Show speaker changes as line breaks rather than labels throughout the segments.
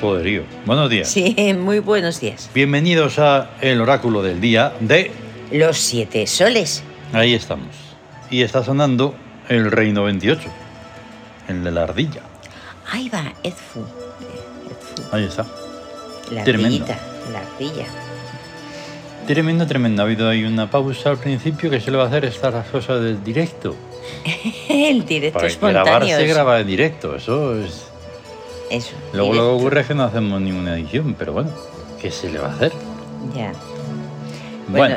Poderío. Buenos días.
Sí, muy buenos días.
Bienvenidos a el oráculo del día de...
Los siete soles.
Ahí estamos. Y está sonando el Rey 98, el de la ardilla.
Ahí va, Edfu. Edfu.
Ahí está.
La
Tremendo.
ardillita, la ardilla.
Tremendo, tremendo. Ha habido ahí una pausa al principio que se le va a hacer estas cosas del directo.
El directo
Para
espontáneo.
grabarse,
eso.
graba en directo. Eso es...
Eso.
Luego lo
directo.
que ocurre es que no hacemos ninguna edición, pero bueno, ¿qué se le va a hacer?
Ya.
Bueno,
Bueno,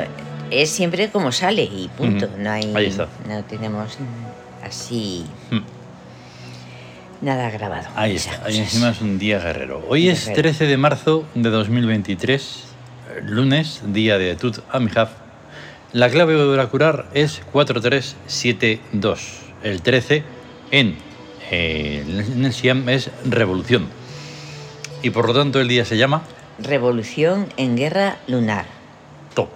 es siempre como sale y punto.
Ujú.
No hay.
Ahí está.
No tenemos mm, así
mm,
nada grabado.
ahí
Esas
está. Ahí
cosas.
encima es un día guerrero. Hoy es
Guerrero.
13 de marzo de 2023, eh, lunes, día de Tut Amihaf. La clave de curar es 4372. El 13 en, eh, en el Siam es revolución. Y por lo tanto el día se llama
Revolución en guerra lunar.
Top.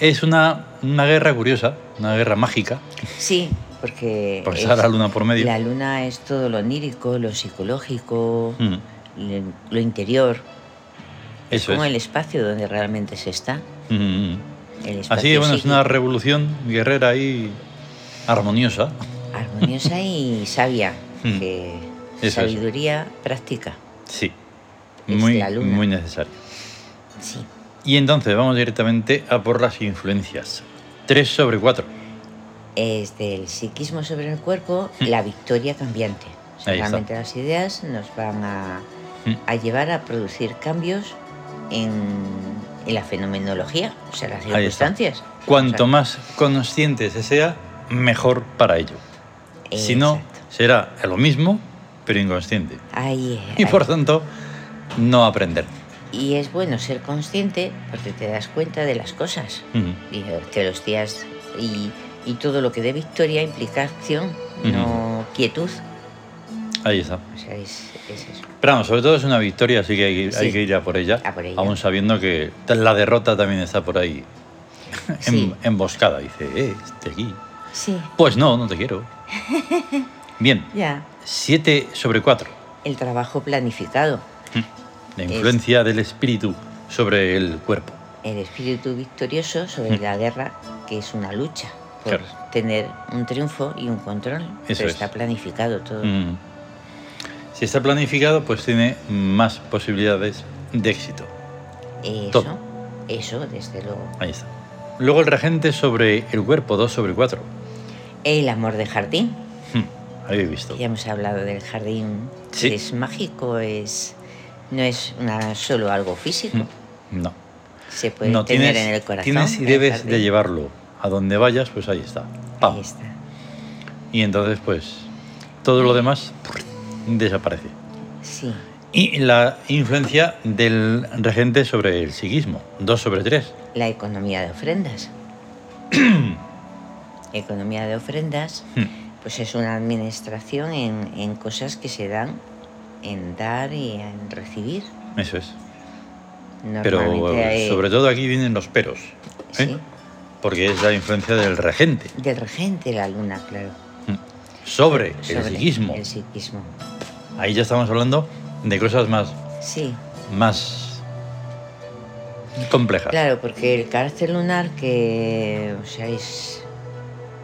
Es una, una guerra curiosa, una guerra mágica.
Sí, porque.
Porque
es-
está la luna por medio.
La luna es todo lo onírico, lo psicológico,
Mm,
lo, lo interior.
Eso
como
es.
el espacio donde realmente se está.
Mm, mm.
El espacio
Así que bueno, es
psíquico,
una revolución guerrera y armoniosa.
armoniosa y sabia.
Mm.
que
Eso es.
sabiduría práctica.
Sí.
Es
Muy,
la luna.
muy necesaria.
Sí.
Y entonces vamos directamente a por las influencias. 3 sobre 4.
Es del psiquismo sobre el cuerpo, la victoria cambiante. O
Hmm.
sea,
Ahí está.
realmente las ideas nos van a,
Mm.
a llevar a producir cambios en, en la fenomenología, o sea, las
Ahí está.
circunstancias.
Cuanto
O sea,
más consciente se sea, mejor para ello. Si no,
exacto.
será lo mismo, pero inconsciente.
Ahí,
Y
ahí.
por tanto, no aprender.
Y es bueno ser consciente porque te das cuenta de las cosas.
Ujú.
Y que los días y, y todo lo que dé victoria implica acción, no quietud.
Ahí está.
O sea, es, es eso.
Pero vamos, sobre todo es una victoria, así que hay,
Sí.
hay que ir a por, ella,
A por ella.
Aún sabiendo que la derrota también está por ahí. em-
Sí.
Emboscada. Dice, eh, este aquí.
Sí,
Pues no, no te quiero. Bien,
ya.
7 sobre 4.
El trabajo planificado.
La
Es-
influencia del espíritu sobre el cuerpo.
el espíritu victorioso sobre la guerra, que es una lucha por
Claro.
tener un triunfo y un control.
Eso
pero
es.
está planificado todo.
Mm. Si está planificado, pues tiene más posibilidades de éxito.
Eso,
todo.
eso, desde luego.
Ahí está. Luego el regente sobre el cuerpo, 2 sobre 4.
El amor de jardín.
Habéis visto.
Ya hemos hablado del jardín.
Sí.
que Es mágico, es no es una- solo algo físico.
Hmm, No.
Se puede
no
tener
tienes,
en el corazón.
tienes y
el
debes
jardín.
de llevarlo. A donde vayas, pues ahí está. Pam.
Ahí está.
Y entonces, pues, todo lo demás desaparece.
Sí,
Y la influencia del regente sobre el psiquismo, 2 sobre 3.
la economía de ofrendas. economía de ofrendas. Pues es una administración en, en cosas que se dan, en dar y en recibir.
Hmm, Eso es. Pero
Normalmente eh,
sobre todo aquí vienen los peros. ¿eh?
Sí.
Porque es la influencia del regente
del regente la luna, claro.
sobre, el
sobre
psiquismo.
El psiquismo.
Ahí ya estamos hablando de cosas más,
Sí,
más complejas.
claro, porque el carácter lunar que, o sea, es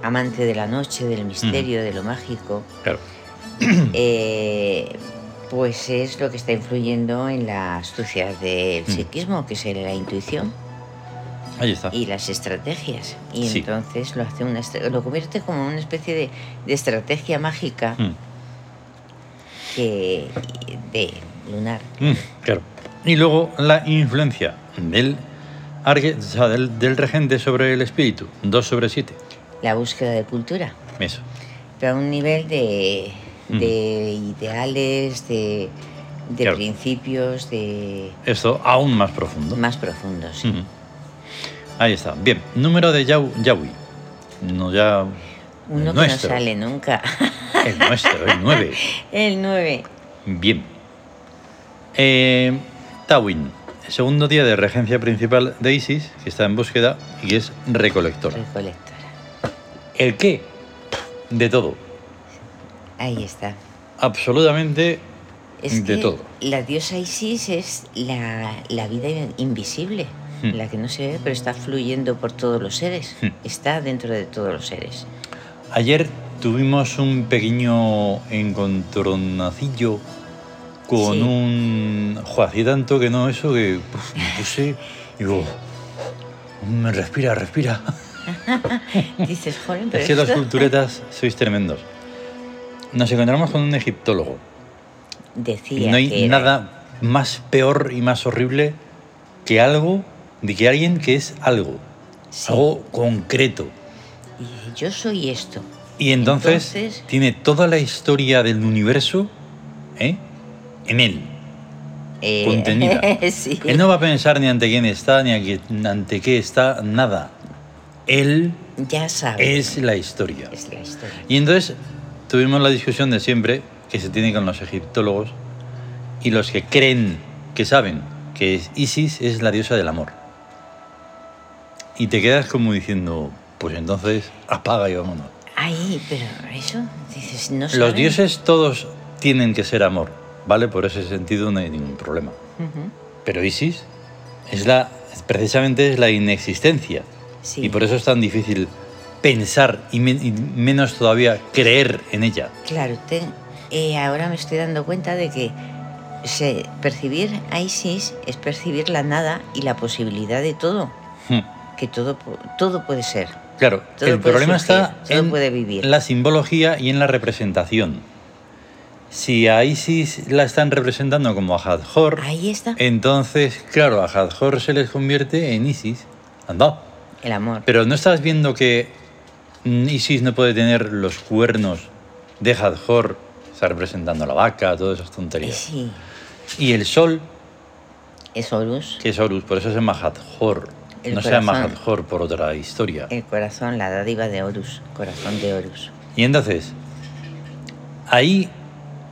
amante de la noche, del
Mm.
misterio, de lo mágico,
Claro.
eh, pues es lo que está influyendo en la astucia del
Mm.
psiquismo, que es la intuición.
Ahí está.
y las estrategias. Y
Sí.
entonces lo hace una estra- lo convierte como una especie de, de estrategia mágica
Mm.
que de lunar.
Mm, claro. Y luego la influencia del, arque- o sea, del, del regente sobre el espíritu, 2 sobre 7.
La búsqueda de cultura.
Eso.
Pero a un nivel de, de ideales, de, de
Mm. Claro.
principios, de
Esto aún más profundo.
más profundos.
Mm. Ahí está. Bien. Número de Yau, Yahweh. No ya.
Uno
el
que no
nuestro.
sale nunca.
El nuestro, el 9.
El 9.
Bien. Eh, Tawin. El segundo día de regencia principal de Isis, que está en búsqueda y es recolector.
Recolectora.
¿El qué? De todo.
Ahí está.
absolutamente
Es
De
que
todo.
la diosa Isis es la, la vida in- invisible,
Hmm.
la que no se ve, pero está fluyendo por todos los seres,
Hmm.
está dentro de todos los seres.
Ayer tuvimos un pequeño encontronacillo con
Sí.
un. Jo, hacía tanto que no, eso que puf, me puse. Digo, "Mm, respira, respira. Hmm.
Dices, joven, pero
Es que las
esto-
culturetas sois tremendos. Nos encontramos con un egiptólogo. Y
decía
no
que
hay
era-
nada más peor y más horrible que algo, de que alguien que es algo,
Sí.
algo concreto.
Y dice, yo soy esto.
Y entonces,
Entonces-
tiene toda la historia del universo ¿eh? en él.
Eh,
Contenida.
sí.
Él no va a pensar ni ante quién está, ni a qué- ante qué está, nada. Él
Ya sabes.
es la historia.
Es la historia.
Y entonces tuvimos la discusión de siempre que se tiene con los egiptólogos y los que creen que saben que es- Isis es la diosa del amor. Y te quedas como diciendo, pues entonces apaga y vámonos.
Ay, pero eso, dices, no
Los
saben.
dioses todos tienen que ser amor, ¿vale? Por ese sentido no hay ningún problema.
Ujú,
Pero Isis es la, precisamente es la inexistencia.
Sí.
Y por eso es tan difícil pensar y, men- y menos todavía creer en ella.
Claro, te- eh, ahora me estoy dando cuenta de que se- percibir a Isis es percibir la nada y la posibilidad de todo,
Hmm.
que todo, pu- todo puede ser.
Claro,
Todo
el
puede
problema
surgir,
está
todo
en
puede vivir.
la simbología y en la representación. Si a Isis la están representando como a Hathor,
Ahí está
entonces, claro, a Hathor se les convierte en Isis. Anda.
el amor.
Pero ¿no estás viendo que mm, Isis no puede tener los cuernos de Hathor? Está representando a la vaca, todas esas
Eh,
tonterías.
Sí,
Y el sol,
es Horus,
que es Horus, por eso se llama Hathor.
El
no se llama
corazón. Eh.
Hathor por otra historia.
el corazón, la dádiva de Horus, corazón de Horus.
Y entonces, ahí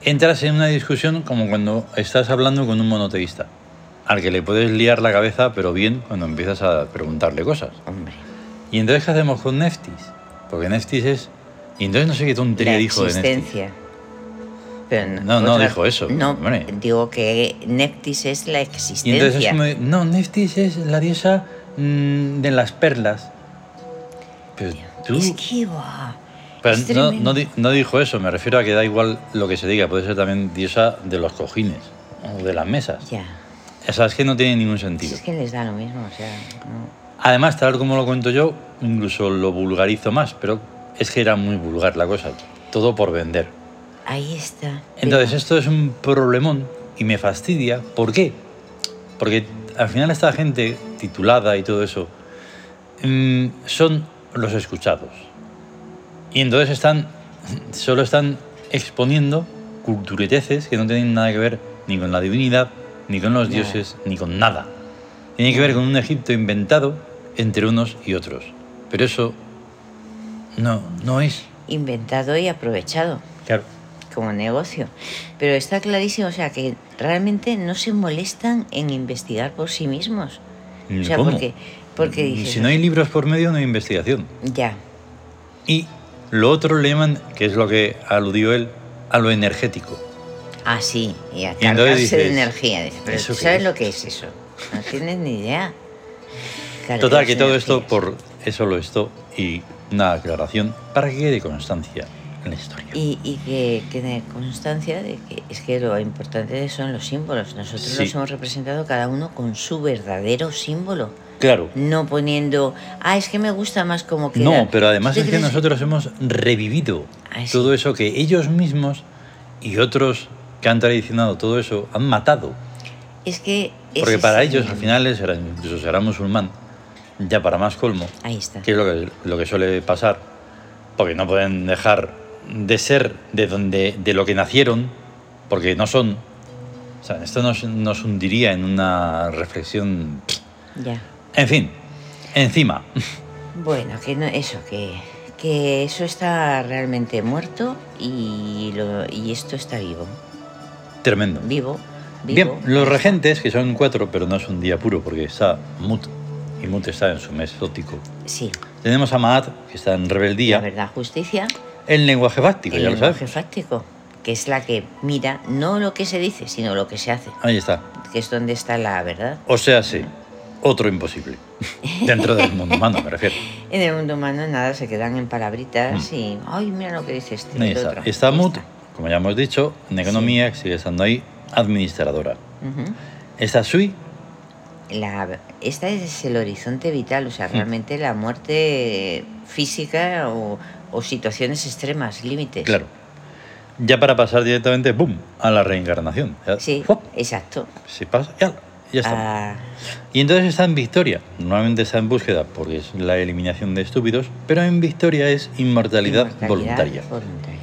entras en una discusión como cuando estás hablando con un monoteísta, al que le puedes liar la cabeza, pero bien cuando empiezas a preguntarle cosas.
Hombre,
¿Y entonces qué hacemos con Neftis? Porque Neftis es... Y entonces no sé qué tontería
la
dijo de Neftis.
existencia. Pero
No, no dijo eso,
No,
hombre.
digo que Neptis es la
Y entonces es
existencia.
como de, no, Neftis es la diosa mm, de las perlas. Pero tú...
Es que, buah,
"Uh". Pero
es
no,
tremendo.
no di- no dijo eso, me refiero a que da igual lo que se diga, puede ser también diosa de los cojines o de las mesas.
Ya.
O sea, es que no tiene ningún
Si
sentido.
es que les da lo mismo, o sea, no.
Además, tal como lo cuento yo, incluso lo vulgarizo más, pero es que era muy vulgar la cosa, todo por vender.
ahí está.
Entonces, esto es un problemón y me fastidia. ¿Por qué? Porque al final esta gente titulada y todo eso mm, son los escuchados. Y entonces están, solo están exponiendo cultureteces que no tienen nada que ver ni con la divinidad, ni con los
Nada.
dioses, ni con nada. Tiene que ver con un Egipto inventado entre unos y otros. Pero eso no, no es.
Pero inventado y aprovechado
Claro.
como negocio. Pero está clarísimo, o sea, que realmente no se molestan en investigar por sí mismos. O sea,
¿Cómo?
porque, porque
Mm,
dices,
Si no hay libros por medio, no hay investigación.
ya,
Y lo otro le llaman, que es lo que aludió él, a lo energético.
así, Ah, y a
Y entonces
cargarse de
dices,
energía. Dices, Pero
¿eso
¿tú
qué
sabes
es?
lo que es eso? No tienes ni idea.
Total, que
Cargarse
todo esto
energías.
por eso lo esto y una aclaración para que quede constancia en la historia.
Y, y que quede constancia de que es que lo importante son los símbolos. Nosotros
Sí.
los hemos representado cada uno con su verdadero símbolo.
Claro.
No poniendo, ah, es que me gusta más como queda.
No, pero además
¿Tú
es
te
que
crees?
nosotros hemos revivido
Ah, sí.
todo eso que ellos mismos y otros que han tradicionado todo eso han matado.
Es que.
Porque
ese
para
es-
ellos al final les era, incluso será musulmán, ya para más colmo,
Ahí está.
que es lo que, lo que suele pasar, porque no pueden dejar de ser de, donde, de lo que nacieron, porque no son. O sea, esto nos, nos hundiría en una reflexión.
Ya.
En fin, encima.
Bueno, que no, eso, que, que eso está realmente muerto y, lo, y esto está vivo.
Tremendo.
Vivo.
Bien,
vivo.
los regentes, que son cuatro, pero no es un día puro, porque está Mut, y Mut está en su mes exótico.
Sí,
Tenemos a Maat, que está en
la
rebeldía.
verdad, justicia.
El lenguaje fáctico,
el
ya lo
lenguaje
sabes.
fáctico. que es la que mira no lo que se dice, sino lo que se hace,
Ahí está.
que es donde está la verdad.
O sea, sí, otro imposible. Dentro del mundo humano, me refiero.
En el mundo humano nada, se quedan en palabritas y, ay, mira lo que dice este.
Ahí
el
está.
otro".
Mm. Está
Ya
Mut,
está.
como ya hemos dicho, en economía, sigue estando ahí, administradora.
Ujú.
Está Sui,
La, esta es el horizonte vital, o
Mm.
sea, realmente la muerte física o, o situaciones extremas, límites.
claro. Ya para pasar directamente, ¡boom!, a la reencarnación. Ya,
Sí,
¡fuap!
exacto.
Si pasa, ya, ya está.
Ah,
Y entonces está en Victoria. Normalmente está en búsqueda porque es la eliminación de estúpidos, pero en Victoria es inmortalidad,
inmortalidad
voluntaria.
voluntaria.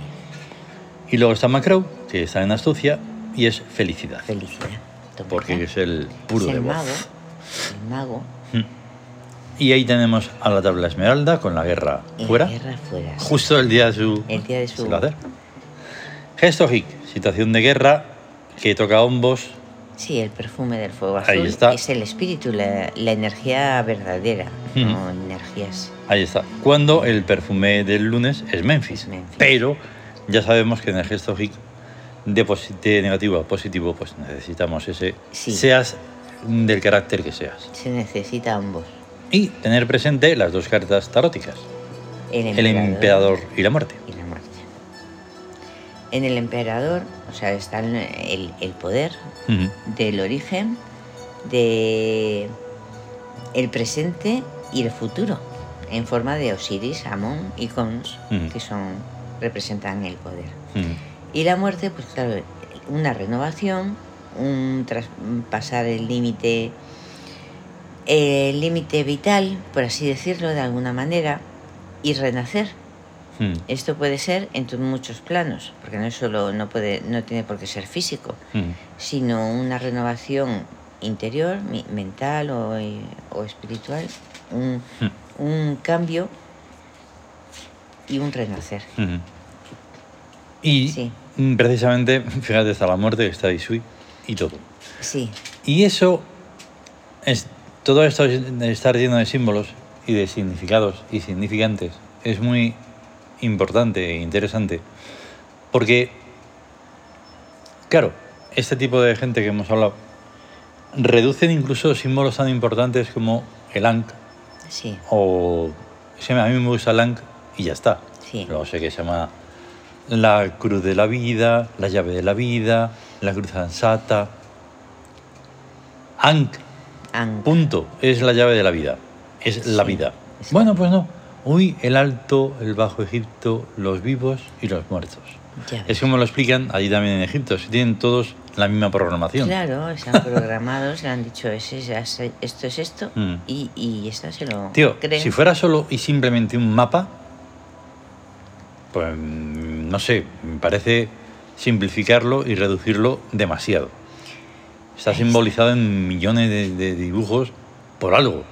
Y luego está Macrow, que está en astucia, y es felicidad.
Felicidad. Toma ya.
Porque es el puro
Es
de
el
voz.
mago, el mago
Y ahí tenemos a la tabla esmeralda con la guerra
en
fuera.
la guerra fuera. sí.
Justo el día de su.
El día de su-
se lo hace. Gesto hic, situación de guerra que toca hombos.
Sí, el perfume del fuego azul
Ahí está.
es el espíritu, la, la energía verdadera,
Ujú.
no energías.
Ahí está. Cuando el perfume del lunes es Memphis.
Es Memphis.
Pero ya sabemos que en el gesto hic de, posi- de negativo a positivo, pues necesitamos ese.
Sí.
Seas del carácter que seas.
Se necesita ambos.
Y tener presente las dos cartas taróticas:
El
el emperador y la muerte.
y la muerte. En el emperador, o sea, está el, el- el poder
Ujú.
del origen, de el presente y el futuro, en forma de Osiris, Amón y Cons,
Ujú.
que son representan el poder.
Ujú.
Y la muerte, pues claro, una renovación, un tras- un pasar el límite el límite vital, por así decirlo de alguna manera, y renacer.
Ujú.
Esto puede ser en tu- muchos planos, porque no es solo no puede no tiene por qué ser físico,
Ujú.
sino una renovación interior, mi- mental o, eh, o espiritual, un,
Mm.
un cambio y un renacer.
Ujú. Y
Sí.
mm, precisamente, fíjate, está la muerte, está Isui y todo.
Sí,
Y eso es todo esto es de estar lleno de símbolos y de significados y significantes es muy importante e interesante porque claro, este tipo de gente que hemos hablado reducen incluso símbolos tan importantes como el Ankh
sí,
o se llama- a mí me gusta Lang y ya está.
Sí.
Luego sé que se llama la cruz de la vida, la llave de la vida, la cruz ansata. Ankh,
Ang-
punto, es la llave de la vida, es la
Sí,
vida.
es-
Bueno, pues no. Uy, el alto, el bajo Egipto, los vivos y los muertos.
ya ves.
Es como lo explican allí también en Egipto, si tienen todos la misma programación.
Claro, están programados, le han dicho ese, es ese, esto es esto,
Mm.
y, y esta se lo
Tío,
creen.
si fuera solo y simplemente un mapa, pues mm, no sé, me parece simplificarlo y reducirlo demasiado. Está
Ahí está.
simbolizado en millones de, de dibujos por algo.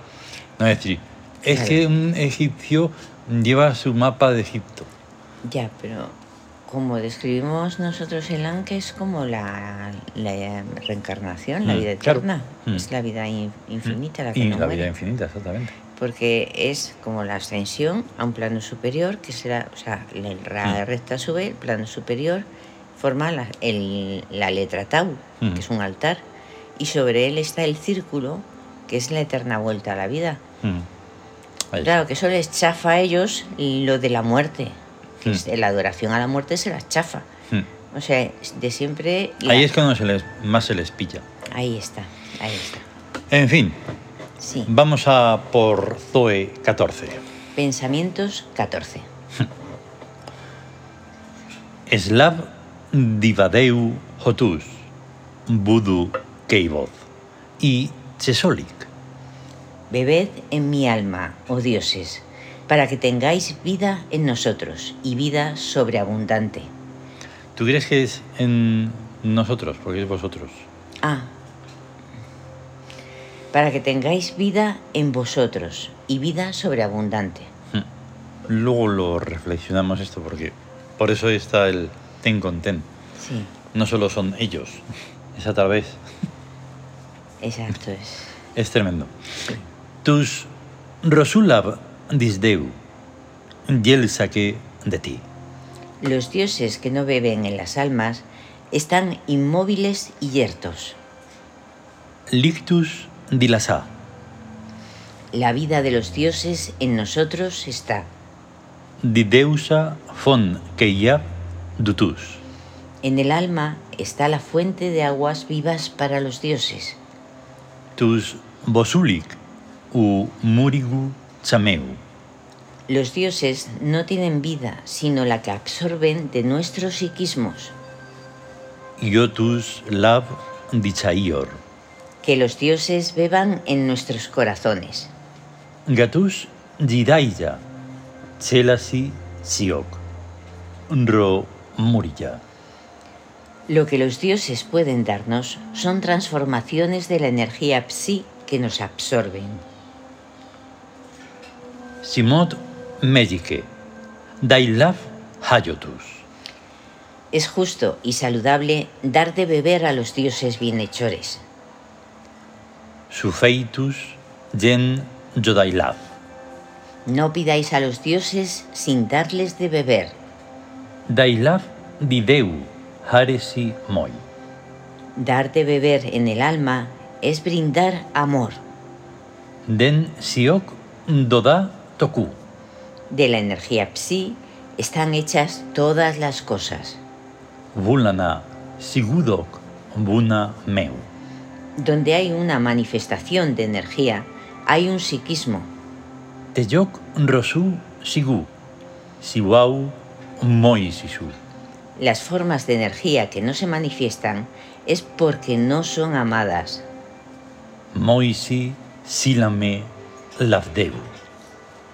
No es decir, es
Claro.
que un egipcio lleva su mapa de Egipto.
Ya, pero como describimos nosotros el Anke es como la, la reencarnación, la
Mm,
vida
claro.
eterna.
Mm.
Es la vida in- infinita, la ¿eh? que
Y
no
la
muere.
vida infinita, exactamente.
Porque es como la ascensión a un plano superior, que será, o sea, la
Mm.
la recta sube, el plano superior forma la, el- la letra Tau,
Mm.
que es un altar, y sobre él está el círculo, que es la eterna vuelta a la vida.
Mm. Ahí está.
Claro, que eso les chafa a ellos lo de la muerte. que
Mm.
es- La adoración a la muerte se las chafa.
Mm.
O sea, de siempre... la-
Ahí es cuando se les, más se les pilla.
Ahí está, ahí está.
En fin,
Sí.
vamos a por Zoe 14.
Pensamientos 14.
Slav Divadeu Hotus, Budu Keivoz y Chesolik.
Bebed en mi alma, oh dioses, para que tengáis vida en nosotros y vida sobreabundante.
¿Tú crees que es en nosotros? Porque es vosotros.
Ah. Para que tengáis vida en vosotros y vida sobreabundante.
Luego lo reflexionamos esto porque por eso está el ten con ten.
Sí,
No solo son ellos, es a través.
exacto es.
Es tremendo. Tus Rosulav Disdeu, Yelsake de ti.
los dioses que no beben en las almas están inmóviles y yertos.
Lictus dilasa.
La vida de los dioses en nosotros está.
Dideusa fon keiab dutus.
En el alma está la fuente de aguas vivas para los dioses.
Tus bosulic u murigu tsameu.
Los dioses no tienen vida, sino la que absorben de nuestros psiquismos.
Iotus lab dichaior.
Que los dioses beban en nuestros corazones.
Gatus didaya. Chelasi siok. Ro murilla.
Lo que los dioses pueden darnos son transformaciones de la energía psi que nos absorben.
Simot Medike, Dailav Hayotus.
Es justo y saludable dar de beber a los dioses bienhechores.
Sufeitus Gen Yodailav.
No pidáis a los dioses sin darles de beber.
Dailav Dideu Haresi Moi.
Dar de beber en el alma es brindar amor.
Den Siok Doda Toku.
De la energía psi están hechas todas las cosas.
Vulana Sigudok Buna Meu.
Donde hay una manifestación de energía, hay un psiquismo.
Teyok Rosu Sigu. Siwau Moi Sisu.
Las formas de energía que no se manifiestan es porque no son amadas.
Moisi Silame Lavdeu.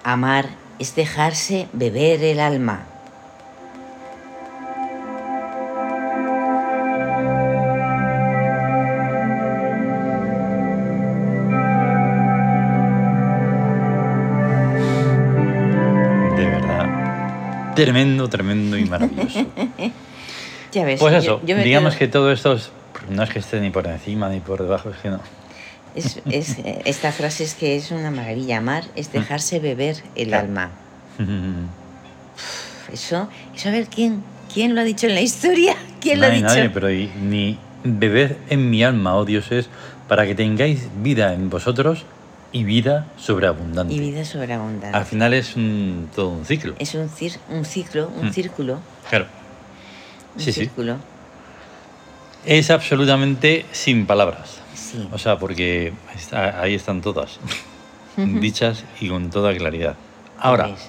Amar es dejarse beber el alma.
De verdad. Tremendo, tremendo y maravilloso.
Ya ves,
Pues eso,
yo- yo me
digamos
quedo-
que todo esto es- no es que esté ni por encima ni por debajo, es que no.
es- es, eh, esta frase es que es una maravilla. Amar es dejarse beber el
Mm. Claro.
alma. Uf, Eso, eso a ver quién, quién lo ha dicho en la historia. ¿Quién lo ha
Nadie,
dicho?
nadie, pero y- ni bebed en mi alma, oh dioses, para que tengáis vida en vosotros y vida sobreabundante.
Y vida sobreabundante.
Al final es un- todo un ciclo.
Es un, cir- un ciclo, un
Mm.
círculo.
Claro.
Un
Sí, sí.
círculo.
Es absolutamente sin palabras.
Sí.
O sea, porque está- ahí están todas, dichas y con toda claridad. Ahora,
Pues,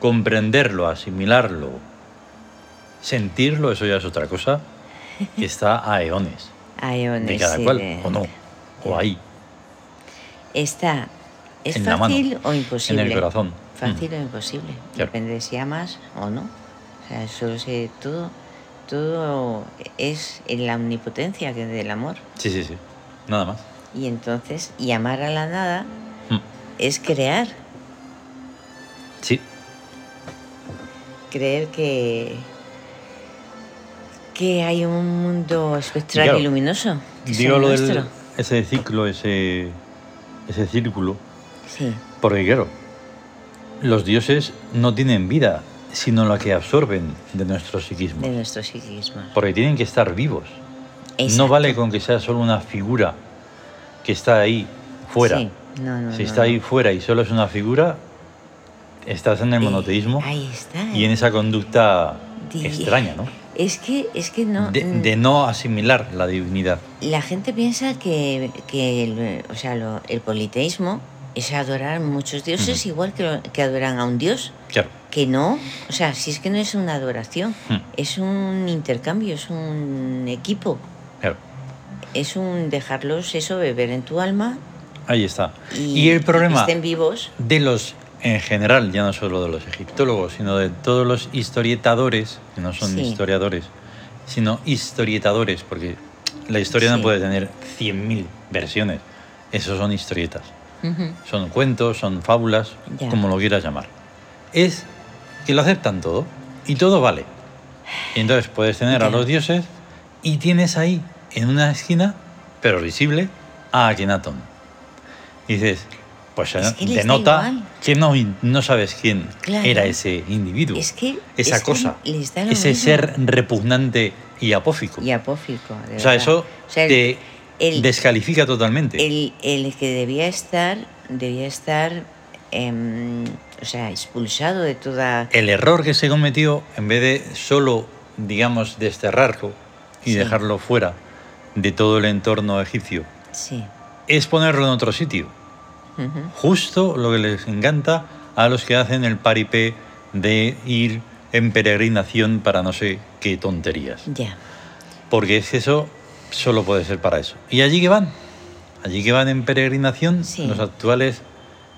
comprenderlo, asimilarlo, sentirlo, eso ya es otra cosa, que está a eones
hay
de
ones,
cada
sí,
cual,
de-
o no, o ahí,
Está. ¿Es
En la mano,
fácil o imposible?
en el corazón. Mm.
Fácil o imposible.
Claro.
Depende de si amas o no. O sea, eso se- todo, todo es en la omnipotencia que del amor.
Sí, sí, sí. Nada más.
Y entonces, y amar a la nada
Mm.
es crear.
Sí,
Creer que. que hay un mundo espectral
Claro.
y luminoso. que es
digo
el
lo del
nuestro.
ese ciclo, ese, ese círculo,
Sí,
porque claro, los dioses no tienen vida, sino la que absorben de nuestro
de
psiquismo,
nuestro psiquismo.
porque tienen que estar vivos.
Exacto.
No vale con que sea solo una figura que está ahí fuera.
Sí, no, no,
si
no,
está ahí
no.
fuera y solo es una figura, estás en el
Eh,
monoteísmo
ahí está.
y en esa conducta
Di-
extraña, ¿no?
Es que, es que no. mm.
De, de no asimilar la divinidad.
La gente piensa que, que el, o sea, lo- el politeísmo es adorar muchos dioses
Ujú.
igual que, lo- que adoran a un dios.
Claro.
Que no, o sea, si es que no es una adoración,
Hmm,
es un intercambio, es un equipo,
claro.
es un dejarlos eso beber en tu alma
Ahí está.
y,
Y, el problema
que estén vivos.
de los, en general, ya no solo de los egiptólogos, sino de todos los historietadores, que no son
Sí.
historiadores, sino historietadores, porque la historia
Sí.
no puede tener 100.000 versiones. Esos son historietas.
Ujú.
Son cuentos, son fábulas,
Ya.
como lo quieras llamar. Es que lo aceptan todo y todo vale. Y entonces puedes tener a
Ya.
los dioses y tienes ahí, en una esquina, pero visible, a Akenatón. Y dices, Pues
Es que les da
denota
igual.
que no, no sabes quién
Claro.
era ese individuo,
Es que
esa
es que
cosa,
les da lo
ese
mismo.
ser repugnante y apófico.
y apófico. de
o sea,
verdad.
eso
O sea, el-
te
el-
descalifica totalmente.
el, el que debía estar, debía estar, em, o sea, expulsado de toda...
el error que se cometió, en vez de solo, digamos, desterrarlo y
Sí.
dejarlo fuera de todo el entorno egipcio,
Sí.
es ponerlo en otro sitio.
Ujú.
Justo lo que les encanta a los que hacen el paripé de ir en peregrinación para no sé qué tonterías.
Ya.
Porque es que eso solo puede ser para eso. ¿Y allí que van? Allí que van en peregrinación
Sí.
los actuales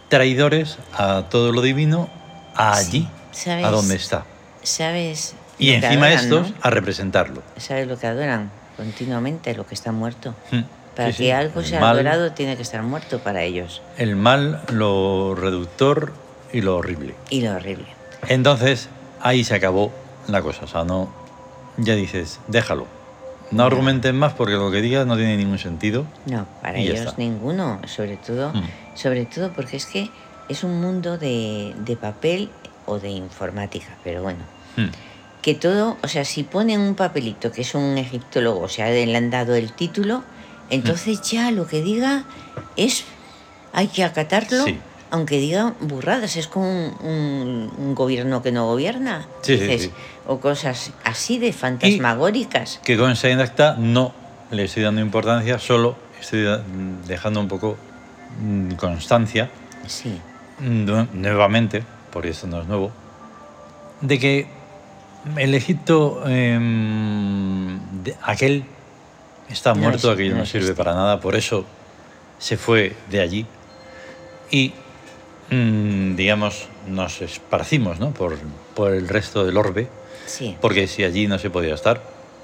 traidores a todo lo divino, a allí,
Sí, ¿sabes?
a donde está.
Sabes...
Y
lo que
encima
adoran,
estos
¿no?
a representarlo.
Sabes lo que adoran continuamente, lo que está muerto.
Hmm.
Para
Sí,
que
sí.
algo
El
sea
mal-
adorado tiene que estar muerto para ellos.
El mal, lo reductor y lo horrible.
Y lo horrible.
Entonces, ahí se acabó la cosa. O sea, no. Ya dices, déjalo. No argumenten más porque lo que digas no tiene ningún sentido.
No, para
Y ya
ellos
está.
ninguno, sobre todo,
Mm.
sobre todo porque es que es un mundo de, de papel o de informática, pero bueno.
Hmm.
Que todo, o sea, si ponen un papelito que es un egiptólogo, o sea, le han dado el título,
Mm.
entonces ya lo que diga es, hay que acatarlo,
Sí.
aunque diga burradas, es como un, un- un gobierno que no gobierna,
Sí, sí,
dices,
sí.
o cosas así de fantasmagóricas.
Que con esa acta no le estoy dando importancia, solo estoy da- dejando un poco mm, constancia
Sí,
nue- nuevamente, por eso no es nuevo, de que el Egipto, em, de- aquel, está
No
muerto,
es-
aquello
no
no sirve
existe.
para nada, por eso se fue de allí y, mm, digamos, nos esparcimos ¿no? por, por el resto del orbe,
sí,
porque si allí no se podía estar,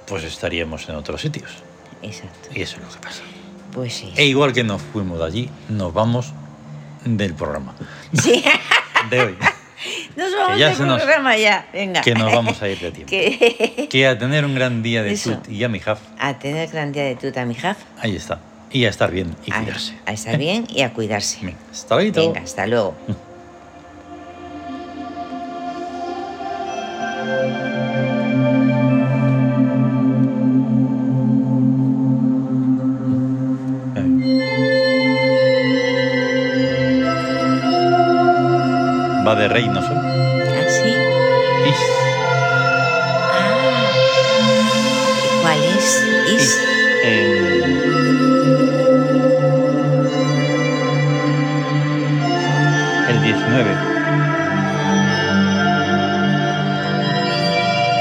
pues estaríamos en otros sitios.
exacto.
Y eso es lo que pasa.
Pues sí.
E igual que nos fuimos de allí, nos vamos del programa
Sí.
de hoy.
Nos vamos
ya
del
se nos-
programa ya. Venga.
que nos vamos a ir de tiempo.
Que-
Que a tener un gran día de
Eso.
Tut y Amijaf,
A tener gran día de tuta, mi jaf.
ahí está. Y a estar bien y
A-
cuidarse.
A, estar bien y a cuidarse.
Venga, Hasta luego.
Venga, hasta luego.
Ay. Va de rey, ¿no? son?
¿Así?
Is.
Ah. ¿Y cuál es?
Is.
Is.
Eh, El 19.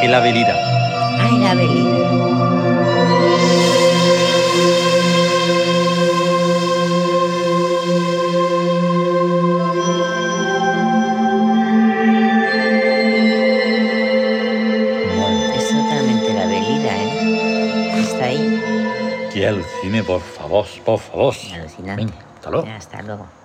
El Avelira.
Ah, la Belina. Es totalmente la Belina, ¿eh? Está ahí.
Que al cine, por favor, por favor.
Alucinante.
Venga, hasta luego.
Ya, hasta luego.